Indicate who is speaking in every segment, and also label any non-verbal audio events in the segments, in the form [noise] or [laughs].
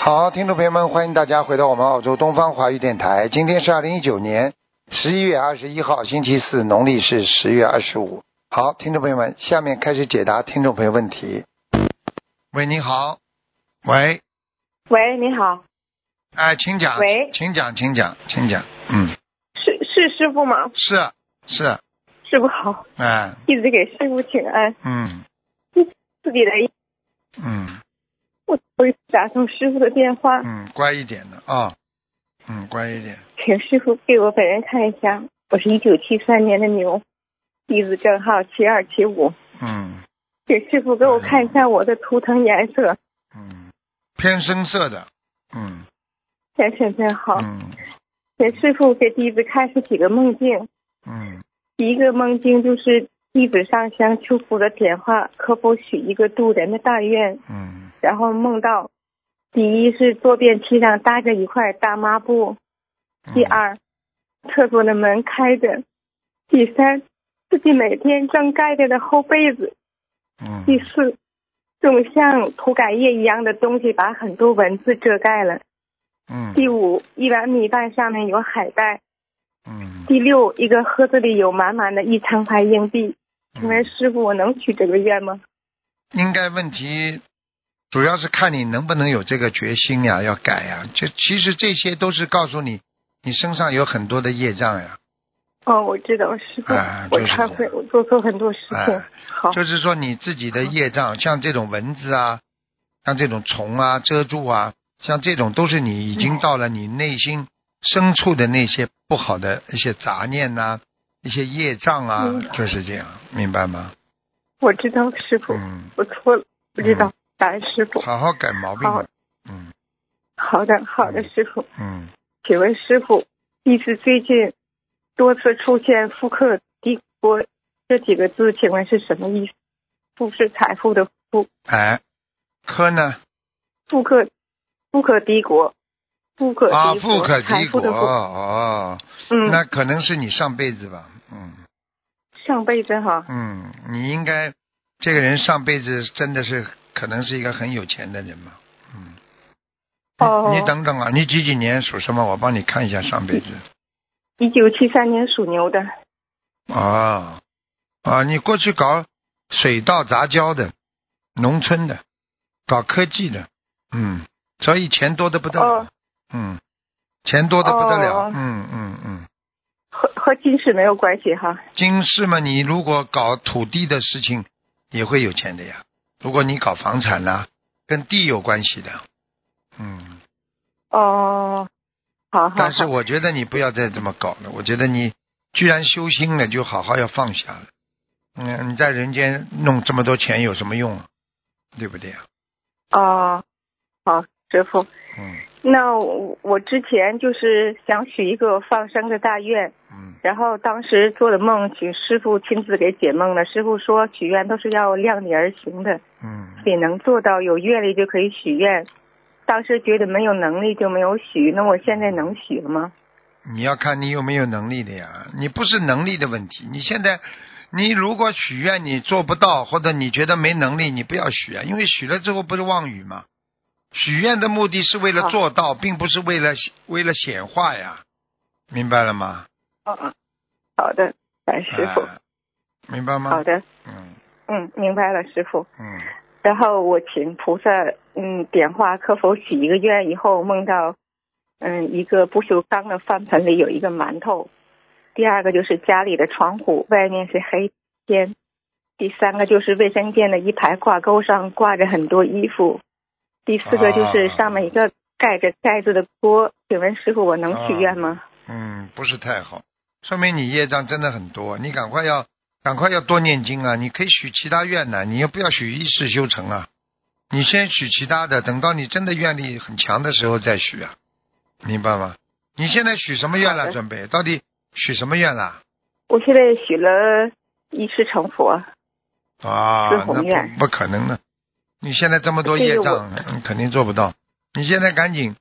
Speaker 1: 好，听众朋友们，欢迎大家回到我们澳洲东方华语电台。今天是二零一九年十一月二十一号，星期四，农历是十月二十五。好，听众朋友们，下面开始解答听众朋友问题。喂，你好。喂，
Speaker 2: 喂，你好，
Speaker 1: 哎，请讲。
Speaker 2: 喂
Speaker 1: 请讲，请讲，请讲。嗯，
Speaker 2: 是是师傅吗？
Speaker 1: 是啊是，
Speaker 2: 师傅好，
Speaker 1: 哎，
Speaker 2: 弟子给师傅请安。
Speaker 1: 嗯
Speaker 2: 自己来，
Speaker 1: 嗯
Speaker 2: 我头一次打通师傅的电话，
Speaker 1: 嗯，乖一点的啊、嗯，乖一点。
Speaker 2: 请师傅给我本人看一下。我是一九七三年的牛，弟子证号七二七五，
Speaker 1: 嗯
Speaker 2: 请师傅给我看一下我的图腾颜色。
Speaker 1: 嗯，偏深色的。嗯
Speaker 2: 先生真好，
Speaker 1: 嗯
Speaker 2: 请师傅给弟子开示几个梦境。
Speaker 1: 嗯
Speaker 2: 第一个梦境就是弟子上香求佛的点化，可否许一个渡人的大愿？
Speaker 1: 嗯
Speaker 2: 然后梦到，第一是坐便器上搭着一块大抹布，
Speaker 1: 嗯。
Speaker 2: 第二，厕所的门开着，第三，自己每天正盖着的厚被子，
Speaker 1: 嗯。
Speaker 2: 第四，种像涂改液一样的东西把很多文字遮盖了，
Speaker 1: 嗯。
Speaker 2: 第五，一碗米饭上面有海带，
Speaker 1: 嗯。
Speaker 2: 第六，一个盒子里有满满的一长排硬币。请问师傅，我能许这个愿吗？
Speaker 1: 应该问题主要是看你能不能有这个决心呀，要改呀。就其实这些都是告诉你，你身上有很多的业障呀。
Speaker 2: 哦，我知道，师傅，
Speaker 1: 哎
Speaker 2: 我
Speaker 1: 就是这样
Speaker 2: 忏悔，我做错很多事情。
Speaker 1: 哎
Speaker 2: 好，
Speaker 1: 就是说你自己的业障，像这种蚊子啊，像这种虫啊、遮住啊，像这种都是你已经到了你内心深处的那些不好的一些杂念呐、一些业障啊，
Speaker 2: 嗯
Speaker 1: 就是这样，明白吗？
Speaker 2: 我知道，师傅。
Speaker 1: 嗯，
Speaker 2: 我错了，不知道，感恩师傅。
Speaker 1: 好好改毛病
Speaker 2: 好
Speaker 1: 吧。嗯
Speaker 2: 好的，好的，师傅，
Speaker 1: 嗯，
Speaker 2: 请问师傅，弟子最近多次出现“富克帝国”这几个字，请问是什么意思？富是财富的富，
Speaker 1: 哎，科呢？
Speaker 2: 富克，富可敌国，富可
Speaker 1: 啊，
Speaker 2: 敌
Speaker 1: 富
Speaker 2: 国，
Speaker 1: 可
Speaker 2: 财
Speaker 1: 敌国
Speaker 2: 富的富。
Speaker 1: 哦，
Speaker 2: 嗯，
Speaker 1: 那可能是你上辈子吧，嗯
Speaker 2: 上辈子哈，
Speaker 1: 嗯，你应该这个人上辈子真的是可能是一个很有钱的人嘛，嗯，
Speaker 2: 哦
Speaker 1: 你等等啊，你几几年属什么？我帮你看一下上辈子。
Speaker 2: 一九七三年属牛的，
Speaker 1: 啊啊，你过去搞水稻杂交的，农村的，搞科技的，嗯，所以钱多的不得了，
Speaker 2: 哦
Speaker 1: 嗯，钱多的不得了，
Speaker 2: 哦
Speaker 1: 嗯嗯嗯。
Speaker 2: 和和近视没有关系哈。
Speaker 1: 金市嘛，你如果搞土地的事情，也会有钱的呀。如果你搞房产啦、跟地有关系的，嗯。
Speaker 2: 哦，好好
Speaker 1: 但是
Speaker 2: 好，
Speaker 1: 我觉得你不要再这么搞了。我觉得你居然修心了，就好好要放下了。嗯，你在人间弄这么多钱有什么用啊？对不对啊？
Speaker 2: 哦，好，师傅。
Speaker 1: 嗯
Speaker 2: 那我我之前就是想许一个放生的大愿，
Speaker 1: 嗯
Speaker 2: 然后当时做的梦，请师傅亲自给解梦了。师傅说许愿都是要量力而行的，
Speaker 1: 嗯
Speaker 2: 得能做到，有阅历就可以许愿。当时觉得没有能力就没有许，那我现在能许了吗？
Speaker 1: 你要看你有没有能力的呀。你不是能力的问题，你现在。你如果许愿你做不到，或者你觉得没能力，你不要许啊，因为许了之后不是妄语吗？许愿的目的是为了
Speaker 2: 好
Speaker 1: 做到，并不是为了为了显化呀，明白了吗？
Speaker 2: 嗯嗯，好的，感恩师傅。
Speaker 1: 哎明白吗？
Speaker 2: 好的，
Speaker 1: 嗯
Speaker 2: 嗯，明白了，师傅。
Speaker 1: 嗯。
Speaker 2: 然后我请菩萨，嗯，点化可否许一个愿？以后梦到，嗯，一个不锈钢的饭盆里有一个馒头。第二个就是家里的窗户外面是黑天。第三个就是卫生间的一排挂钩上挂着很多衣服。第四个就是上面一个盖着盖子的锅。请问师傅，我能许愿吗？
Speaker 1: 嗯，不是太好，说明你业障真的很多。你赶快要赶快要多念经啊！你可以许其他愿呢、你又不要许一世修成啊。你先许其他的，等到你真的愿力很强的时候再许啊，明白吗？你现在许什么愿
Speaker 2: 好
Speaker 1: 了？
Speaker 2: 的
Speaker 1: 准备到底许什么愿了？
Speaker 2: 我现在许了一世成佛。
Speaker 1: 啊，
Speaker 2: 是
Speaker 1: 那
Speaker 2: 宏愿
Speaker 1: 不不可能的。你现在这么多业
Speaker 2: 这个
Speaker 1: 障，嗯肯定做不到。你现在赶紧，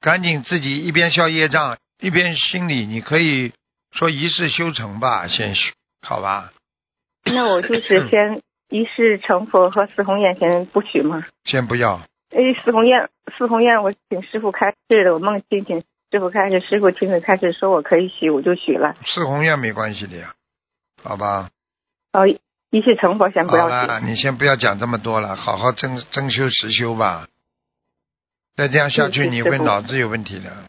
Speaker 1: 赶紧自己一边消业障，一边心里你可以说一世修成吧，先许好吧，
Speaker 2: 那我就是先一世成佛和四弘眼前不许吗？
Speaker 1: 先不要，
Speaker 2: 哎，四红宴，四红宴，我请师傅开示的，我梦境请师傅开示，师傅亲自开示，说我可以许，我就许了。
Speaker 1: 四红愿没关系的呀，好吧？
Speaker 2: 哦，一切成佛，先不
Speaker 1: 好
Speaker 2: 要紧。
Speaker 1: 了，你先不要讲这么多了，好好增增修实修吧。再这样下
Speaker 2: 对
Speaker 1: 去，
Speaker 2: 对
Speaker 1: 你
Speaker 2: 师
Speaker 1: 会
Speaker 2: 傅
Speaker 1: 脑子有问题的。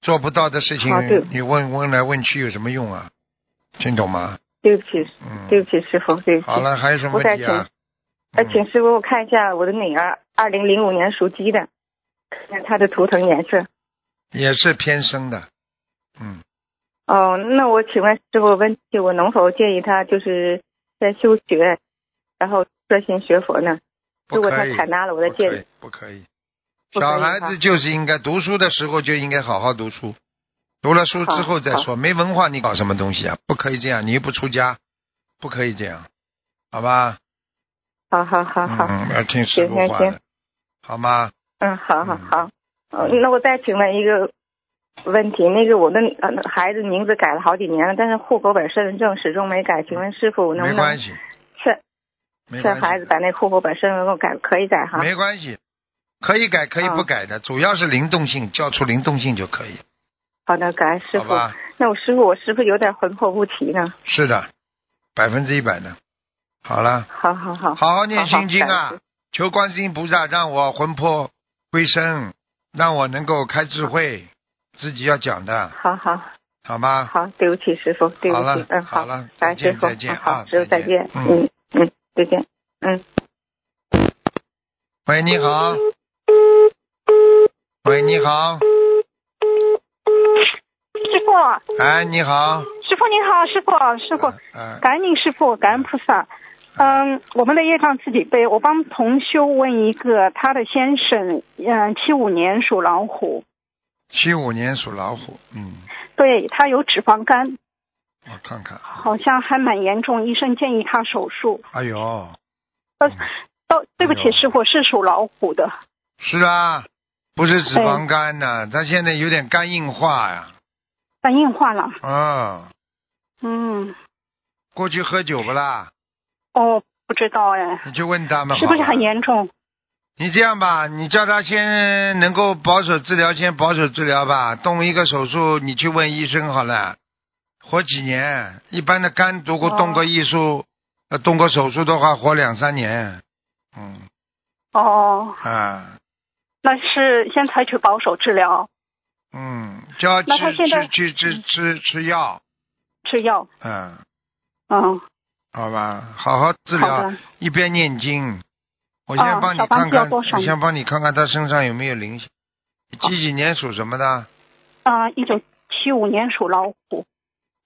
Speaker 1: 做不到的事情
Speaker 2: 好对，
Speaker 1: 你问问来问去有什么用啊？听懂吗？
Speaker 2: 对不起，对
Speaker 1: 嗯。
Speaker 2: 不起，师傅，对不起。
Speaker 1: 好了，还有什么问题
Speaker 2: 我再
Speaker 1: 啊？
Speaker 2: 呃，
Speaker 1: 嗯
Speaker 2: 请师傅我看一下我的女儿，二零零五年属鸡的，看看她的图腾颜色。
Speaker 1: 也是偏生的，嗯，
Speaker 2: 哦，那我请问师傅问题，我能否建议她就是在修学，然后专心学佛呢？
Speaker 1: 不
Speaker 2: 如果她
Speaker 1: 可以，
Speaker 2: 采纳了我的
Speaker 1: 不可
Speaker 2: 建议
Speaker 1: 以，，不可以。
Speaker 2: 不可以
Speaker 1: 小孩
Speaker 2: 哈
Speaker 1: 子就是应该读书的时候就应该好好读书，读了书之后再
Speaker 2: 好
Speaker 1: 说。没文化你搞什么东西啊？不可以这样，你又不出家，不可以这样，好吧？
Speaker 2: 好好好啊好，
Speaker 1: 嗯，要听师傅
Speaker 2: 行
Speaker 1: 话
Speaker 2: 行
Speaker 1: 的，好吗？
Speaker 2: 嗯，好好
Speaker 1: 嗯
Speaker 2: 好。呃，那我再请问一个问题，那个我的呃孩子名字改了好几年了，但是户口本、身份证始终没改，请问师傅我能
Speaker 1: 没
Speaker 2: 不
Speaker 1: 关
Speaker 2: 能
Speaker 1: 系，
Speaker 2: 劝
Speaker 1: 没
Speaker 2: 劝
Speaker 1: 关
Speaker 2: 孩
Speaker 1: 系
Speaker 2: 子，把那户口本、身份证改可以改哈？
Speaker 1: 没关系，可以改可以
Speaker 2: 啊
Speaker 1: 不改的，主要是灵动性，叫出灵动性就可以，
Speaker 2: 好的，感恩师
Speaker 1: 好
Speaker 2: 傅。
Speaker 1: 吧？
Speaker 2: 那我师傅，我师傅有点魂魄不齐呢。
Speaker 1: 是的，百分之一百的。好了，
Speaker 2: 好好好，
Speaker 1: 好好念
Speaker 2: 好好
Speaker 1: 心经
Speaker 2: 感恩
Speaker 1: 啊
Speaker 2: 师父！
Speaker 1: 求观世音菩萨让我魂魄归生，让我能够开智慧，自己要讲的，
Speaker 2: 好好
Speaker 1: 好吗？
Speaker 2: 好，对不起师傅，对不
Speaker 1: 啊好
Speaker 2: 起
Speaker 1: 了，，
Speaker 2: 嗯，
Speaker 1: 好
Speaker 2: 好，
Speaker 1: 了，
Speaker 2: 感
Speaker 1: 再
Speaker 2: 恩
Speaker 1: 见，
Speaker 2: 师傅
Speaker 1: 再，见
Speaker 2: 嗯好
Speaker 1: 啊，，
Speaker 2: 师傅再见，
Speaker 1: 嗯，
Speaker 2: 嗯嗯，再见，嗯。
Speaker 1: 喂，你好，喂，你好，
Speaker 3: 师傅，
Speaker 1: 哎，你好，
Speaker 3: 师傅您好，师傅，师
Speaker 2: 哦
Speaker 3: 傅，
Speaker 1: 嗯，
Speaker 3: 感恩您师傅，感恩菩萨。嗯，我们的业障自己背。我帮同修问一个，他的先生，嗯，七五年属老虎，
Speaker 1: 七五年属老虎，嗯，
Speaker 3: 对他有脂肪肝，
Speaker 1: 我看看，
Speaker 3: 好像还蛮严重，医生建议他手术。
Speaker 1: 哎呦，
Speaker 3: 呃，哦，对不
Speaker 1: 哎
Speaker 3: 起，
Speaker 1: 呦
Speaker 3: 师傅是属老虎的。
Speaker 1: 是啊，不是脂
Speaker 3: 哎
Speaker 1: 肪肝呐、他现在有点肝硬化呀、
Speaker 3: 肝硬化了，
Speaker 1: 啊，
Speaker 3: 嗯，
Speaker 1: 过去喝酒不啦？
Speaker 3: 哦，不知道哎，
Speaker 1: 你去问他们好
Speaker 3: 是
Speaker 1: 了
Speaker 3: 不是很严重？
Speaker 1: 你这样吧，你叫他先能够保守治疗，先保守治疗吧。动一个手术，你去问医生好了。活几年？一般的肝如果
Speaker 3: 哦
Speaker 1: 动过艺术，呃，动过手术的话，活两三年。嗯
Speaker 3: 哦，
Speaker 1: 啊，
Speaker 3: 那是先采取保守治疗，
Speaker 1: 嗯，叫
Speaker 3: 那他
Speaker 1: 吃
Speaker 3: 现在
Speaker 1: 吃吃吃吃吃药，
Speaker 3: 吃药。
Speaker 1: 嗯，
Speaker 3: 嗯，
Speaker 1: 好吧，好好治
Speaker 3: 好
Speaker 1: 疗
Speaker 3: 的，。
Speaker 1: 一边念经。我
Speaker 3: 哦
Speaker 1: 先帮你
Speaker 3: 小房
Speaker 1: 看
Speaker 3: 子要
Speaker 1: 看，
Speaker 3: 多少
Speaker 1: 我先帮你看看他身上有没有灵性。几几年属什么的？
Speaker 3: 啊，一九七五年属老虎。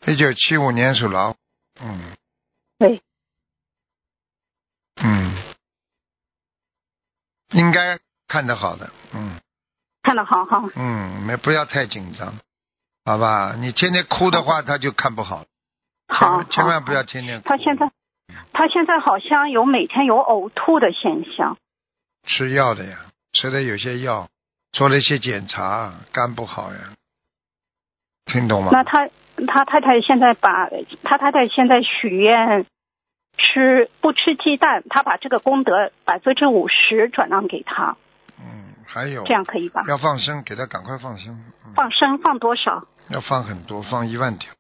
Speaker 1: 一九七五年属老，嗯，
Speaker 3: 对，
Speaker 1: 嗯，应该看得好的，嗯
Speaker 3: 看得好哈。
Speaker 1: 嗯，没不要太紧张，好吧？你天天哭的话，他就看不好了，千
Speaker 3: 好，
Speaker 1: 万千万不要
Speaker 3: 好。
Speaker 1: 天天哭。
Speaker 3: 他现在，他现在好像有每天有呕吐的现象。
Speaker 1: 吃药的呀，吃了有些药，做了一些检查，肝不好呀，听懂吗？
Speaker 3: 那他他太太现在把他太太现在许愿吃不吃鸡蛋，他把这个功德百分之五十转让给他，
Speaker 1: 嗯，还有
Speaker 3: 这样可以吧？
Speaker 1: 要放生，给他赶快放生，嗯、
Speaker 3: 放生放多少？
Speaker 1: 要放很多，放一万条，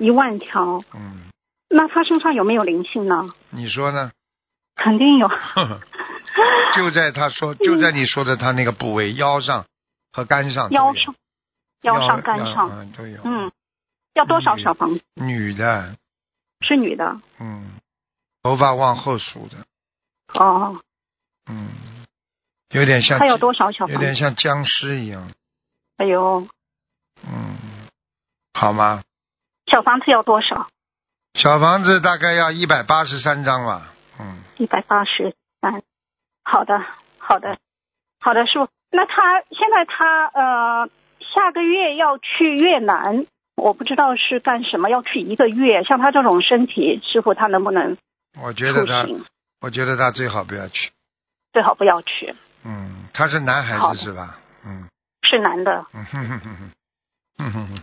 Speaker 3: 一万条。
Speaker 1: 嗯，
Speaker 3: 那他身上有没有灵性呢？
Speaker 1: 你说
Speaker 3: [laughs]
Speaker 1: 呢？
Speaker 3: 肯定有。
Speaker 1: 就在他说，
Speaker 3: 嗯
Speaker 1: 就在你说的他那个部位，腰上和肝上都有，
Speaker 3: 腰上，腰上肝
Speaker 1: 腰
Speaker 3: 上。
Speaker 1: 嗯都有。
Speaker 3: 嗯，，要多
Speaker 1: 嗯
Speaker 3: 少小房子？
Speaker 1: 女的，
Speaker 3: 是女的。
Speaker 1: 嗯，头发往后梳的，
Speaker 3: 哦，
Speaker 1: 嗯，有点像
Speaker 3: 他有多少小
Speaker 1: 有
Speaker 3: 房
Speaker 1: 点
Speaker 3: 子？
Speaker 1: 像僵尸一样，
Speaker 3: 哎呦，
Speaker 1: 嗯，好吗？
Speaker 3: 小房子要多少？
Speaker 1: 小房子大概要一百八十三张吧，嗯，
Speaker 3: 一百八十三。好的，好的，好的，师傅。那他现在他呃下个月要去越南，我不知道是干什么，要去一个月。像他这种身体，师傅他能不能
Speaker 1: 我觉得
Speaker 3: 出
Speaker 1: 他，
Speaker 3: 行？
Speaker 1: 我觉得他最好不要去，
Speaker 3: 最好不要去，
Speaker 1: 嗯，他是男孩
Speaker 3: 好
Speaker 1: 子是吧？嗯，
Speaker 3: 是男的。
Speaker 1: 嗯哼哼哼哼，嗯哼哼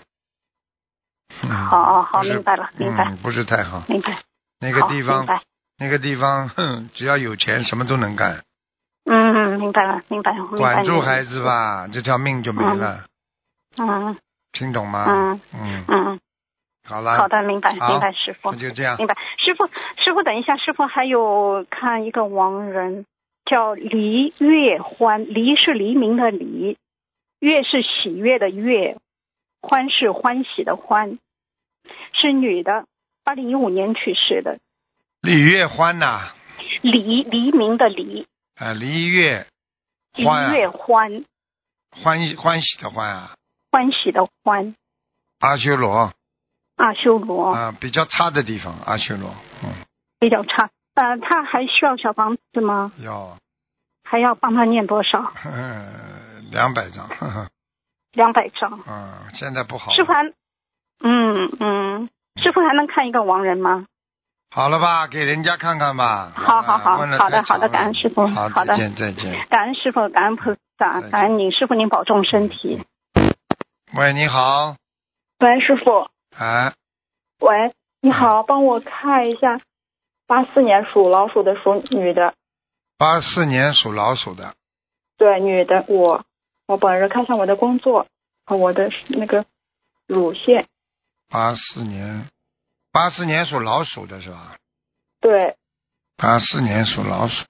Speaker 1: 哼，
Speaker 3: 哦哦，好，
Speaker 1: 不啊是
Speaker 3: 明白了，明白，
Speaker 1: 嗯，不是太好。
Speaker 3: 明白。
Speaker 1: 那个
Speaker 3: 好
Speaker 1: 地
Speaker 3: 明
Speaker 1: 方，
Speaker 3: 白。
Speaker 1: 那个地方，哼，只要有钱，什么都能干。
Speaker 4: 嗯，明白了，明白，明白
Speaker 1: 管住
Speaker 4: 明白
Speaker 1: 孩子吧，这条命就没了，
Speaker 4: 嗯
Speaker 1: 听懂吗？
Speaker 4: 嗯
Speaker 1: 嗯，
Speaker 4: 嗯，
Speaker 1: 好了，
Speaker 4: 好的，嗯明白，
Speaker 1: 好
Speaker 4: 明白，师傅
Speaker 1: 那，就这样。
Speaker 4: 明白，师傅，师傅，等一下，师傅还有看一个亡人叫黎月欢，黎是黎明的黎，月是喜悦的月，欢是欢喜的欢，是女的，二零一五年去世的，
Speaker 1: 李月欢呐、啊，
Speaker 4: 黎黎明的黎，
Speaker 1: 李月
Speaker 4: 黎
Speaker 1: 欢、
Speaker 4: 月
Speaker 1: 啊，
Speaker 4: 欢，
Speaker 1: 欢喜欢喜的欢啊，
Speaker 4: 欢喜的欢，
Speaker 1: 阿修罗
Speaker 4: 阿修罗。
Speaker 1: 啊，比较差的地方，阿修罗，嗯，
Speaker 4: 比较差。呃，他还需要小房子吗？
Speaker 1: 要 [laughs]
Speaker 4: 还要帮他念多少？
Speaker 1: 两百张，呵呵
Speaker 4: 两百张。
Speaker 1: 嗯，现在不好了，
Speaker 4: 师傅还，嗯嗯，师傅还能看一个亡人吗？
Speaker 1: 好了吧，给人家看看吧。
Speaker 4: 好好好
Speaker 1: 啊问了
Speaker 4: 好的
Speaker 1: 太长
Speaker 4: 好的
Speaker 1: 了
Speaker 4: 感恩师傅
Speaker 1: 好，
Speaker 4: 好
Speaker 1: 再
Speaker 4: 的
Speaker 1: 见再见。
Speaker 4: 感恩师傅，感恩菩萨，感恩您，师傅您保重身体。
Speaker 1: 喂，你好，
Speaker 2: 喂，师傅，
Speaker 1: 哎，
Speaker 2: 喂，你好，帮我看一下，八四年属老鼠的属女的，
Speaker 1: 八四年属老鼠的，
Speaker 2: 对，女的，我，我本人看一下我的工作和我的那个乳腺，
Speaker 1: 八四年，八四年属老鼠的是吧？
Speaker 2: 对，
Speaker 1: 八四年属老鼠，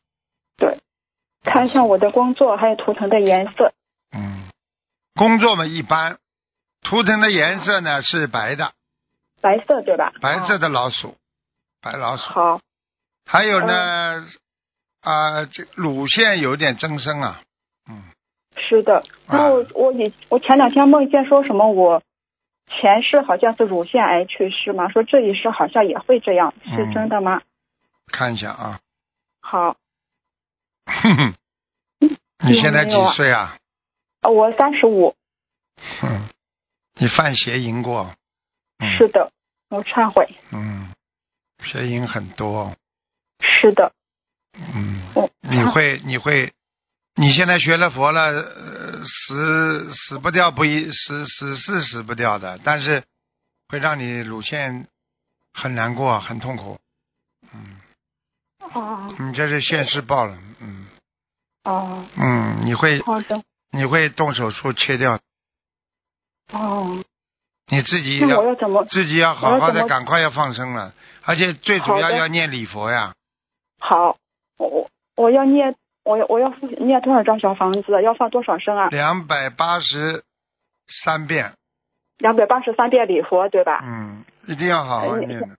Speaker 2: 看一下我的工作还有图腾的颜色，
Speaker 1: 嗯，工作嘛一般，图腾的颜色呢是白的，
Speaker 2: 白色对吧？
Speaker 1: 白色
Speaker 2: 啊。
Speaker 1: 的老鼠，白老鼠。
Speaker 2: 好，
Speaker 1: 还有
Speaker 4: 哦
Speaker 1: 呢，啊，这乳腺有点增生啊，嗯，
Speaker 2: 是的。然后
Speaker 1: 啊
Speaker 2: 我我以我前两天梦见说什么我前世好像是乳腺癌去世嘛，说这一世好像也会这样，是
Speaker 1: 嗯
Speaker 2: 真的吗？
Speaker 1: 看一下
Speaker 2: [laughs]
Speaker 1: 啊，
Speaker 2: 好，
Speaker 1: 哼哼，你现在几
Speaker 2: 有没有啊
Speaker 1: 岁啊？ [laughs]
Speaker 2: 呃我三十五，
Speaker 1: 哼，你犯邪淫过？嗯
Speaker 2: 是的，我忏悔，
Speaker 1: 嗯，邪淫很多。
Speaker 2: 是的。
Speaker 1: 嗯，
Speaker 2: 我
Speaker 1: 你会你会，你现在学了佛了，呃、死死不掉不一死死是死不掉的，但是会让你乳腺很难过，很痛苦。嗯，
Speaker 2: 哦
Speaker 1: 你这是现世报了。嗯
Speaker 2: 哦，
Speaker 1: 嗯，你会
Speaker 2: 好的
Speaker 1: 你会动手术切掉，
Speaker 2: 哦。
Speaker 1: 你自己
Speaker 2: 那
Speaker 1: 要
Speaker 2: 我要怎么
Speaker 1: 自己要好好
Speaker 2: 我要怎
Speaker 1: 的，
Speaker 2: 么
Speaker 1: 赶快要放生了，而且最主
Speaker 2: 好
Speaker 1: 要
Speaker 2: 的
Speaker 1: 要念礼佛呀。
Speaker 2: 好？我我我要念，我要我要念多少张小房子？要放多少声啊？
Speaker 1: 两百八十三遍，
Speaker 2: 两百八十三遍礼佛，对吧？
Speaker 1: 嗯，一定要好好
Speaker 2: 哎
Speaker 1: 念的。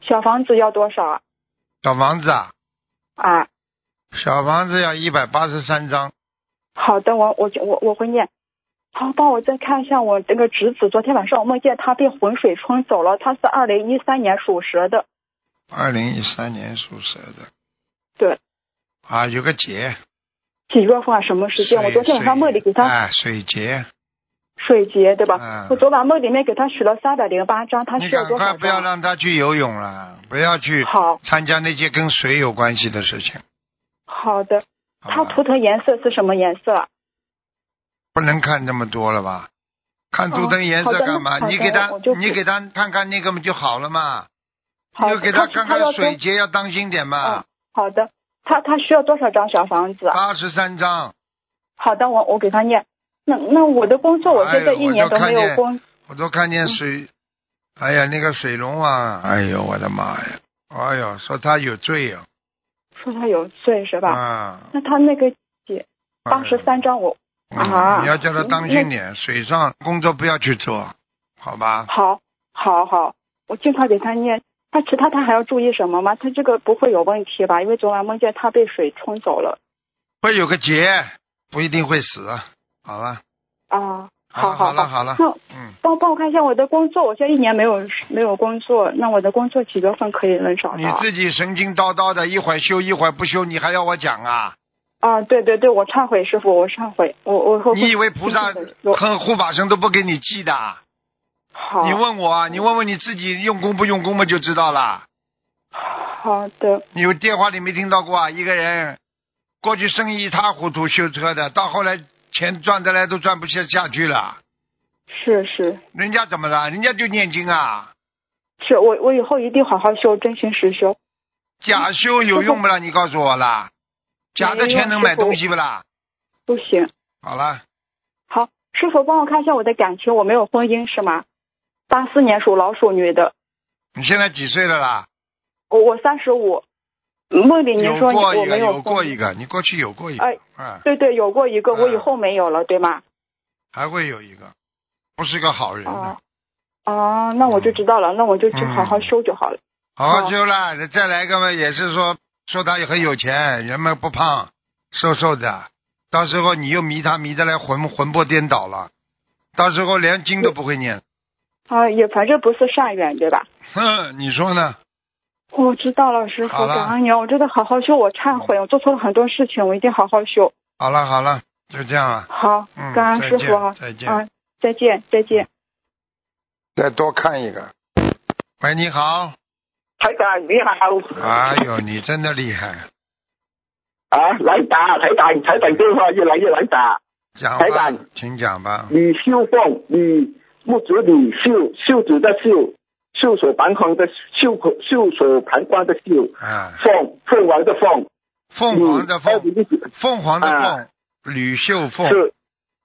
Speaker 2: 小房子要多少啊
Speaker 1: 小房子啊，
Speaker 2: 啊？
Speaker 1: 小房子要一百八十三张，
Speaker 2: 好的，我我我我会念。好，帮我再看一下我这个侄子，昨天晚上我梦见他被浑水冲走了，他是二零一三年属蛇的，
Speaker 1: 二零一三年属蛇的。
Speaker 2: 对。
Speaker 1: 啊，有个劫。
Speaker 2: 几月份啊？什么时间？我
Speaker 1: 水
Speaker 2: 昨天晚上梦里给他
Speaker 1: 哎，水劫。
Speaker 2: 水劫，对吧？
Speaker 1: 嗯
Speaker 2: 我昨晚梦里面给他许了三百零八张，他
Speaker 1: 你
Speaker 2: 需要
Speaker 1: 赶
Speaker 2: 多
Speaker 1: 快
Speaker 2: 少
Speaker 1: 不要
Speaker 2: 张？
Speaker 1: 让他去游泳了，不要去
Speaker 2: 好
Speaker 1: 参加那些跟水有关系的事情。
Speaker 2: 好的。
Speaker 1: 好
Speaker 2: 它
Speaker 1: 吧
Speaker 2: 图腾颜色是什么颜色啊？
Speaker 1: 不能看那么多了吧？看图腾颜
Speaker 2: 哦好
Speaker 1: 色
Speaker 2: 的
Speaker 1: 干嘛？
Speaker 2: 好的
Speaker 1: 你给他
Speaker 2: 我就，
Speaker 1: 你给他看看那个不就好了嘛？你
Speaker 2: 好的，
Speaker 1: 就给他看
Speaker 2: 它
Speaker 1: 看
Speaker 2: 要
Speaker 1: 水啊
Speaker 2: 多
Speaker 1: 节要当心点嘛
Speaker 2: 嗯，好的，他他需要多少张小房子啊？
Speaker 1: 八十三张。
Speaker 2: 好的，我我给他念。那那我的工作，我
Speaker 1: 哎
Speaker 2: 现
Speaker 1: 呦
Speaker 2: 在一年
Speaker 1: 我就
Speaker 2: 都没
Speaker 1: 看见
Speaker 2: 有工，
Speaker 1: 我都看见水，
Speaker 2: 嗯
Speaker 1: 哎呀，那个水龙王，哎呦，我的妈呀！哎呦，说他有罪呀、
Speaker 2: 说他有罪是
Speaker 1: 啊！哎
Speaker 2: 吧？那他那个八十三张我
Speaker 1: 嗯
Speaker 2: 啊嗯
Speaker 1: 你要叫他当心点，水上工作不要去做，好吧？
Speaker 2: 好，好好，我尽快给他念。他其他他还要注意什么吗？他这个不会有问题吧？因为昨晚梦见他被水冲走了
Speaker 1: 会有个劫，不一定会死。好了，
Speaker 2: 啊。
Speaker 1: 好
Speaker 2: 好
Speaker 1: 了，好了，
Speaker 2: 好，
Speaker 1: 好了，
Speaker 2: 那
Speaker 1: 嗯，
Speaker 2: 帮帮我看一下我的工作，我现在一年没有没有工作，那我的工作几月份可以能找
Speaker 1: 你
Speaker 2: 到啊？
Speaker 1: 自己神经叨叨的，一会儿修一会儿不修，你还要我讲啊？
Speaker 2: 啊，对对对，我忏悔，师傅，我忏悔，我我会。
Speaker 1: 你以为菩萨
Speaker 2: 我啊
Speaker 1: 和护法神都不给你记的？
Speaker 2: 好？
Speaker 1: 你问我啊，你问问你自己用功不用功嘛，就知道了。
Speaker 2: 好的，
Speaker 1: 你有电话里没听到过啊？一个人过去生意一塌糊涂，修车的，到后来钱赚得来都赚不下下去了。
Speaker 2: 是是
Speaker 1: 人家怎么了？人家就念经啊，
Speaker 2: 是，我我以后一定好好修，真心实修。
Speaker 1: 假修有用不啦？你告诉我啦。假的钱能买东西不啦？
Speaker 5: 不行。
Speaker 1: 好了，
Speaker 5: 好，师傅帮我看一下我的感情，我没有婚姻是吗？八四年属老鼠女的，
Speaker 1: 你现在几岁了啦？
Speaker 5: 我我三十五。梦里您
Speaker 1: 有
Speaker 5: 说你
Speaker 1: 过
Speaker 5: 我
Speaker 1: 一个，
Speaker 5: 没
Speaker 1: 有
Speaker 5: 婚
Speaker 1: 过
Speaker 5: 姻
Speaker 1: 一个，你过去有过一个，
Speaker 5: 哎
Speaker 1: 啊，
Speaker 5: 对对，有过一个，我以
Speaker 1: 嗯
Speaker 5: 后没有了，对吗？
Speaker 1: 还会有一个，不是个好人的
Speaker 5: 哦，哦，那我就知道了，那我就去好好
Speaker 1: 嗯
Speaker 5: 修就好了。
Speaker 1: 好好
Speaker 5: 哦
Speaker 1: 修了，再来一个嘛，也是说说他很有钱，人们不胖，瘦瘦的，到时候你又迷他迷得来魂魂魄颠倒了，到时候连经都不会念，
Speaker 5: 啊，也反正不是善缘，对吧？
Speaker 1: 哼，你说呢？
Speaker 5: 我知道了，师
Speaker 1: 好
Speaker 5: 傅，
Speaker 1: 了
Speaker 5: 感恩您，哦我真的好好修，我忏悔，我做错了很多事情，我一定好好修。
Speaker 1: 好了好了，就这样啊，
Speaker 5: 好，
Speaker 1: 嗯，
Speaker 5: 感恩
Speaker 1: 再
Speaker 5: 师傅
Speaker 1: 见
Speaker 5: 啊，
Speaker 1: 再见，
Speaker 5: 啊，再见，再见。
Speaker 1: 再多看一个。喂，你好，
Speaker 6: 台长你好，
Speaker 1: 哎呦，你真的厉害，
Speaker 6: 啊，来打台长，台长电话越来越来打。
Speaker 1: 讲
Speaker 6: 台
Speaker 1: 吧
Speaker 6: 长，
Speaker 1: 请讲吧。
Speaker 6: 李秀凤，李木子李秀，秀子的秀，袖手旁观的袖口，袖手旁观的袖，
Speaker 1: 啊，
Speaker 6: 凤凤凰的凤，
Speaker 1: 凤凰的
Speaker 6: 二零
Speaker 1: 凤，
Speaker 6: 嗯一九
Speaker 1: 凤凰的
Speaker 6: 啊
Speaker 1: 凤，吕秀凤，
Speaker 6: 是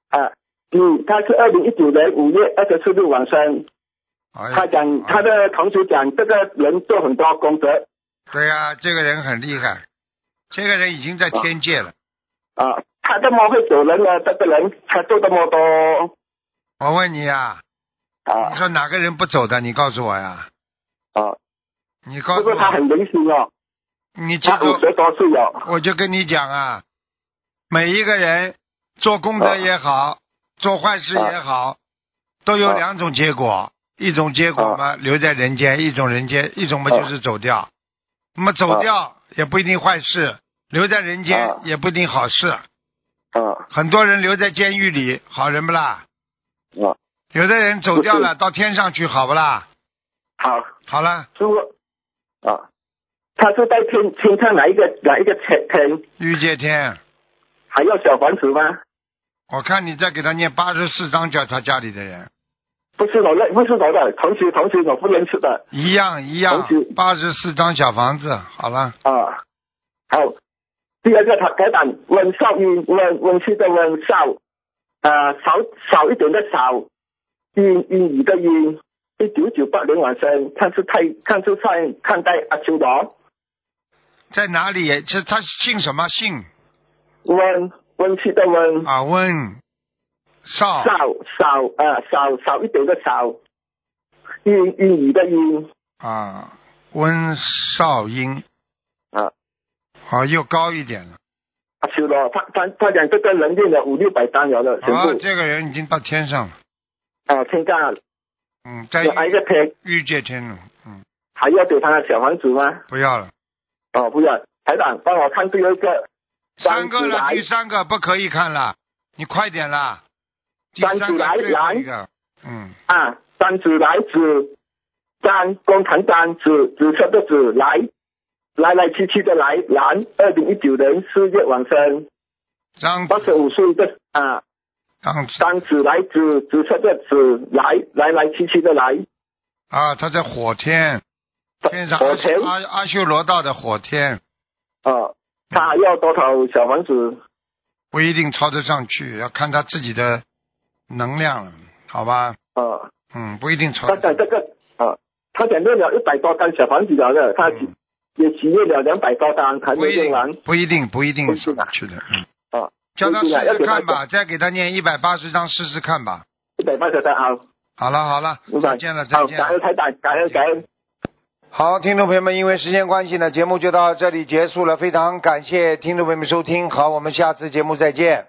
Speaker 6: 啊，嗯，他是二零一九年五月二十四日晚上，
Speaker 1: 哎呀
Speaker 6: 他讲
Speaker 1: 哎
Speaker 6: 他的同学讲这个人做很多功德
Speaker 1: 对呀、这个人很厉害，这个人已经在天界了。
Speaker 6: 啊，他这么会走人呢，这个人他做这么多
Speaker 1: 我问你呀、你
Speaker 6: 啊
Speaker 1: 说哪个人不走的？你告诉我呀，
Speaker 6: 啊，
Speaker 1: 你告
Speaker 6: 是
Speaker 1: 诉
Speaker 6: 不是他
Speaker 1: 我，
Speaker 6: 很灵性哦？
Speaker 1: 你记
Speaker 6: 他五
Speaker 1: 住，
Speaker 6: 十多岁了。
Speaker 1: 我就跟你讲啊，每一个人做功德也好，做坏事也好，都有
Speaker 6: 啊
Speaker 1: 两种结果，一种结果嘛留在人间，一种人间，一种嘛就是走
Speaker 6: 啊
Speaker 1: 掉。那么走掉也不一定坏事，留在人间
Speaker 6: 啊
Speaker 1: 也不一定好事。
Speaker 6: 啊
Speaker 1: 很多人留在监狱里，好人不啦？
Speaker 6: 啊，
Speaker 1: 有的人走掉了，到天上去，好不啦？
Speaker 6: 好，
Speaker 1: 好了，
Speaker 6: 师傅啊，他是在天天上哪一个哪一个天天，
Speaker 1: 玉界天，
Speaker 6: 还要小房子吗？
Speaker 1: 我看你再给他念八十四章，叫他家里的人
Speaker 6: 不是我的，不是我的，同学同学我不认识的
Speaker 1: 一样一样
Speaker 6: 好主，
Speaker 1: 八十四张小房子，好了，
Speaker 6: 啊。好，第二个他改版温少云温温室的温少，啊少少一点的少，英英语的英，一九九八年晚上看是太看是在看待阿修罗
Speaker 1: 在哪里？这他姓什么？姓
Speaker 6: 温温室的温。
Speaker 1: 啊温少
Speaker 6: 少少啊少少一点的少，英英语的英
Speaker 1: 啊温少英
Speaker 6: 啊，
Speaker 1: 啊，又高一点了。
Speaker 6: 阿修罗，啊他他他讲这个人练了五六百单了的全
Speaker 1: 啊，
Speaker 6: 部
Speaker 1: 这个人已经到天上了，
Speaker 6: 啊，现在
Speaker 1: 嗯，在
Speaker 6: 有一个天
Speaker 1: 玉界天了，嗯，
Speaker 6: 还要给他的小房子吗？
Speaker 1: 不要了。
Speaker 6: 哦，不要，台长帮我看第二个
Speaker 1: 三个
Speaker 6: 张
Speaker 1: 了，
Speaker 6: 子
Speaker 1: 第
Speaker 6: 来
Speaker 1: 三个不可以看了，你快点啦！第
Speaker 6: 张
Speaker 1: 三
Speaker 6: 子
Speaker 1: 个
Speaker 6: 来
Speaker 1: 最后
Speaker 6: 来
Speaker 1: 一个，嗯，
Speaker 6: 啊，张子来子，张工堂张子紫色的子来，来来去去的来蓝，二零一九年四月晚上
Speaker 1: 张
Speaker 6: 八十
Speaker 1: 子，
Speaker 6: 五岁的啊。
Speaker 1: 张子
Speaker 6: 当子来子，紫色的紫来来来去去的来，
Speaker 1: 啊，他在火天，天上
Speaker 6: 火球
Speaker 1: 阿阿阿修罗道的火天，嗯
Speaker 6: 啊，他要多少小房子？
Speaker 1: 不一定超得上去，要看他自己的能量了，好吧？
Speaker 6: 啊，
Speaker 1: 嗯，不一定超
Speaker 6: 他
Speaker 1: 得上
Speaker 6: 讲这
Speaker 1: 去。
Speaker 6: 个啊，他讲练了一百多单小房子了的，他
Speaker 1: 嗯
Speaker 6: 也许愿了两百多单，还
Speaker 1: 不
Speaker 6: 没
Speaker 1: 一
Speaker 6: 用完
Speaker 1: 定，不一定，不一定
Speaker 6: 不
Speaker 1: 上
Speaker 6: 是吧
Speaker 1: 得去的。嗯，
Speaker 6: 啊。
Speaker 1: 叫他试
Speaker 6: 要
Speaker 1: 试
Speaker 6: 给他
Speaker 1: 看吧，再给他念一百八十章试试看吧。
Speaker 6: 一百八十单啊，
Speaker 1: 好了好了，
Speaker 6: 明白
Speaker 1: 再见了再
Speaker 6: 好，
Speaker 1: 见
Speaker 6: 感
Speaker 1: 了
Speaker 6: 恩。台长，感恩感恩。
Speaker 1: 好，听众朋友们，因为时间关系呢，节目就到这里结束了。非常感谢听众朋友们收听，好，我们下次节目再见。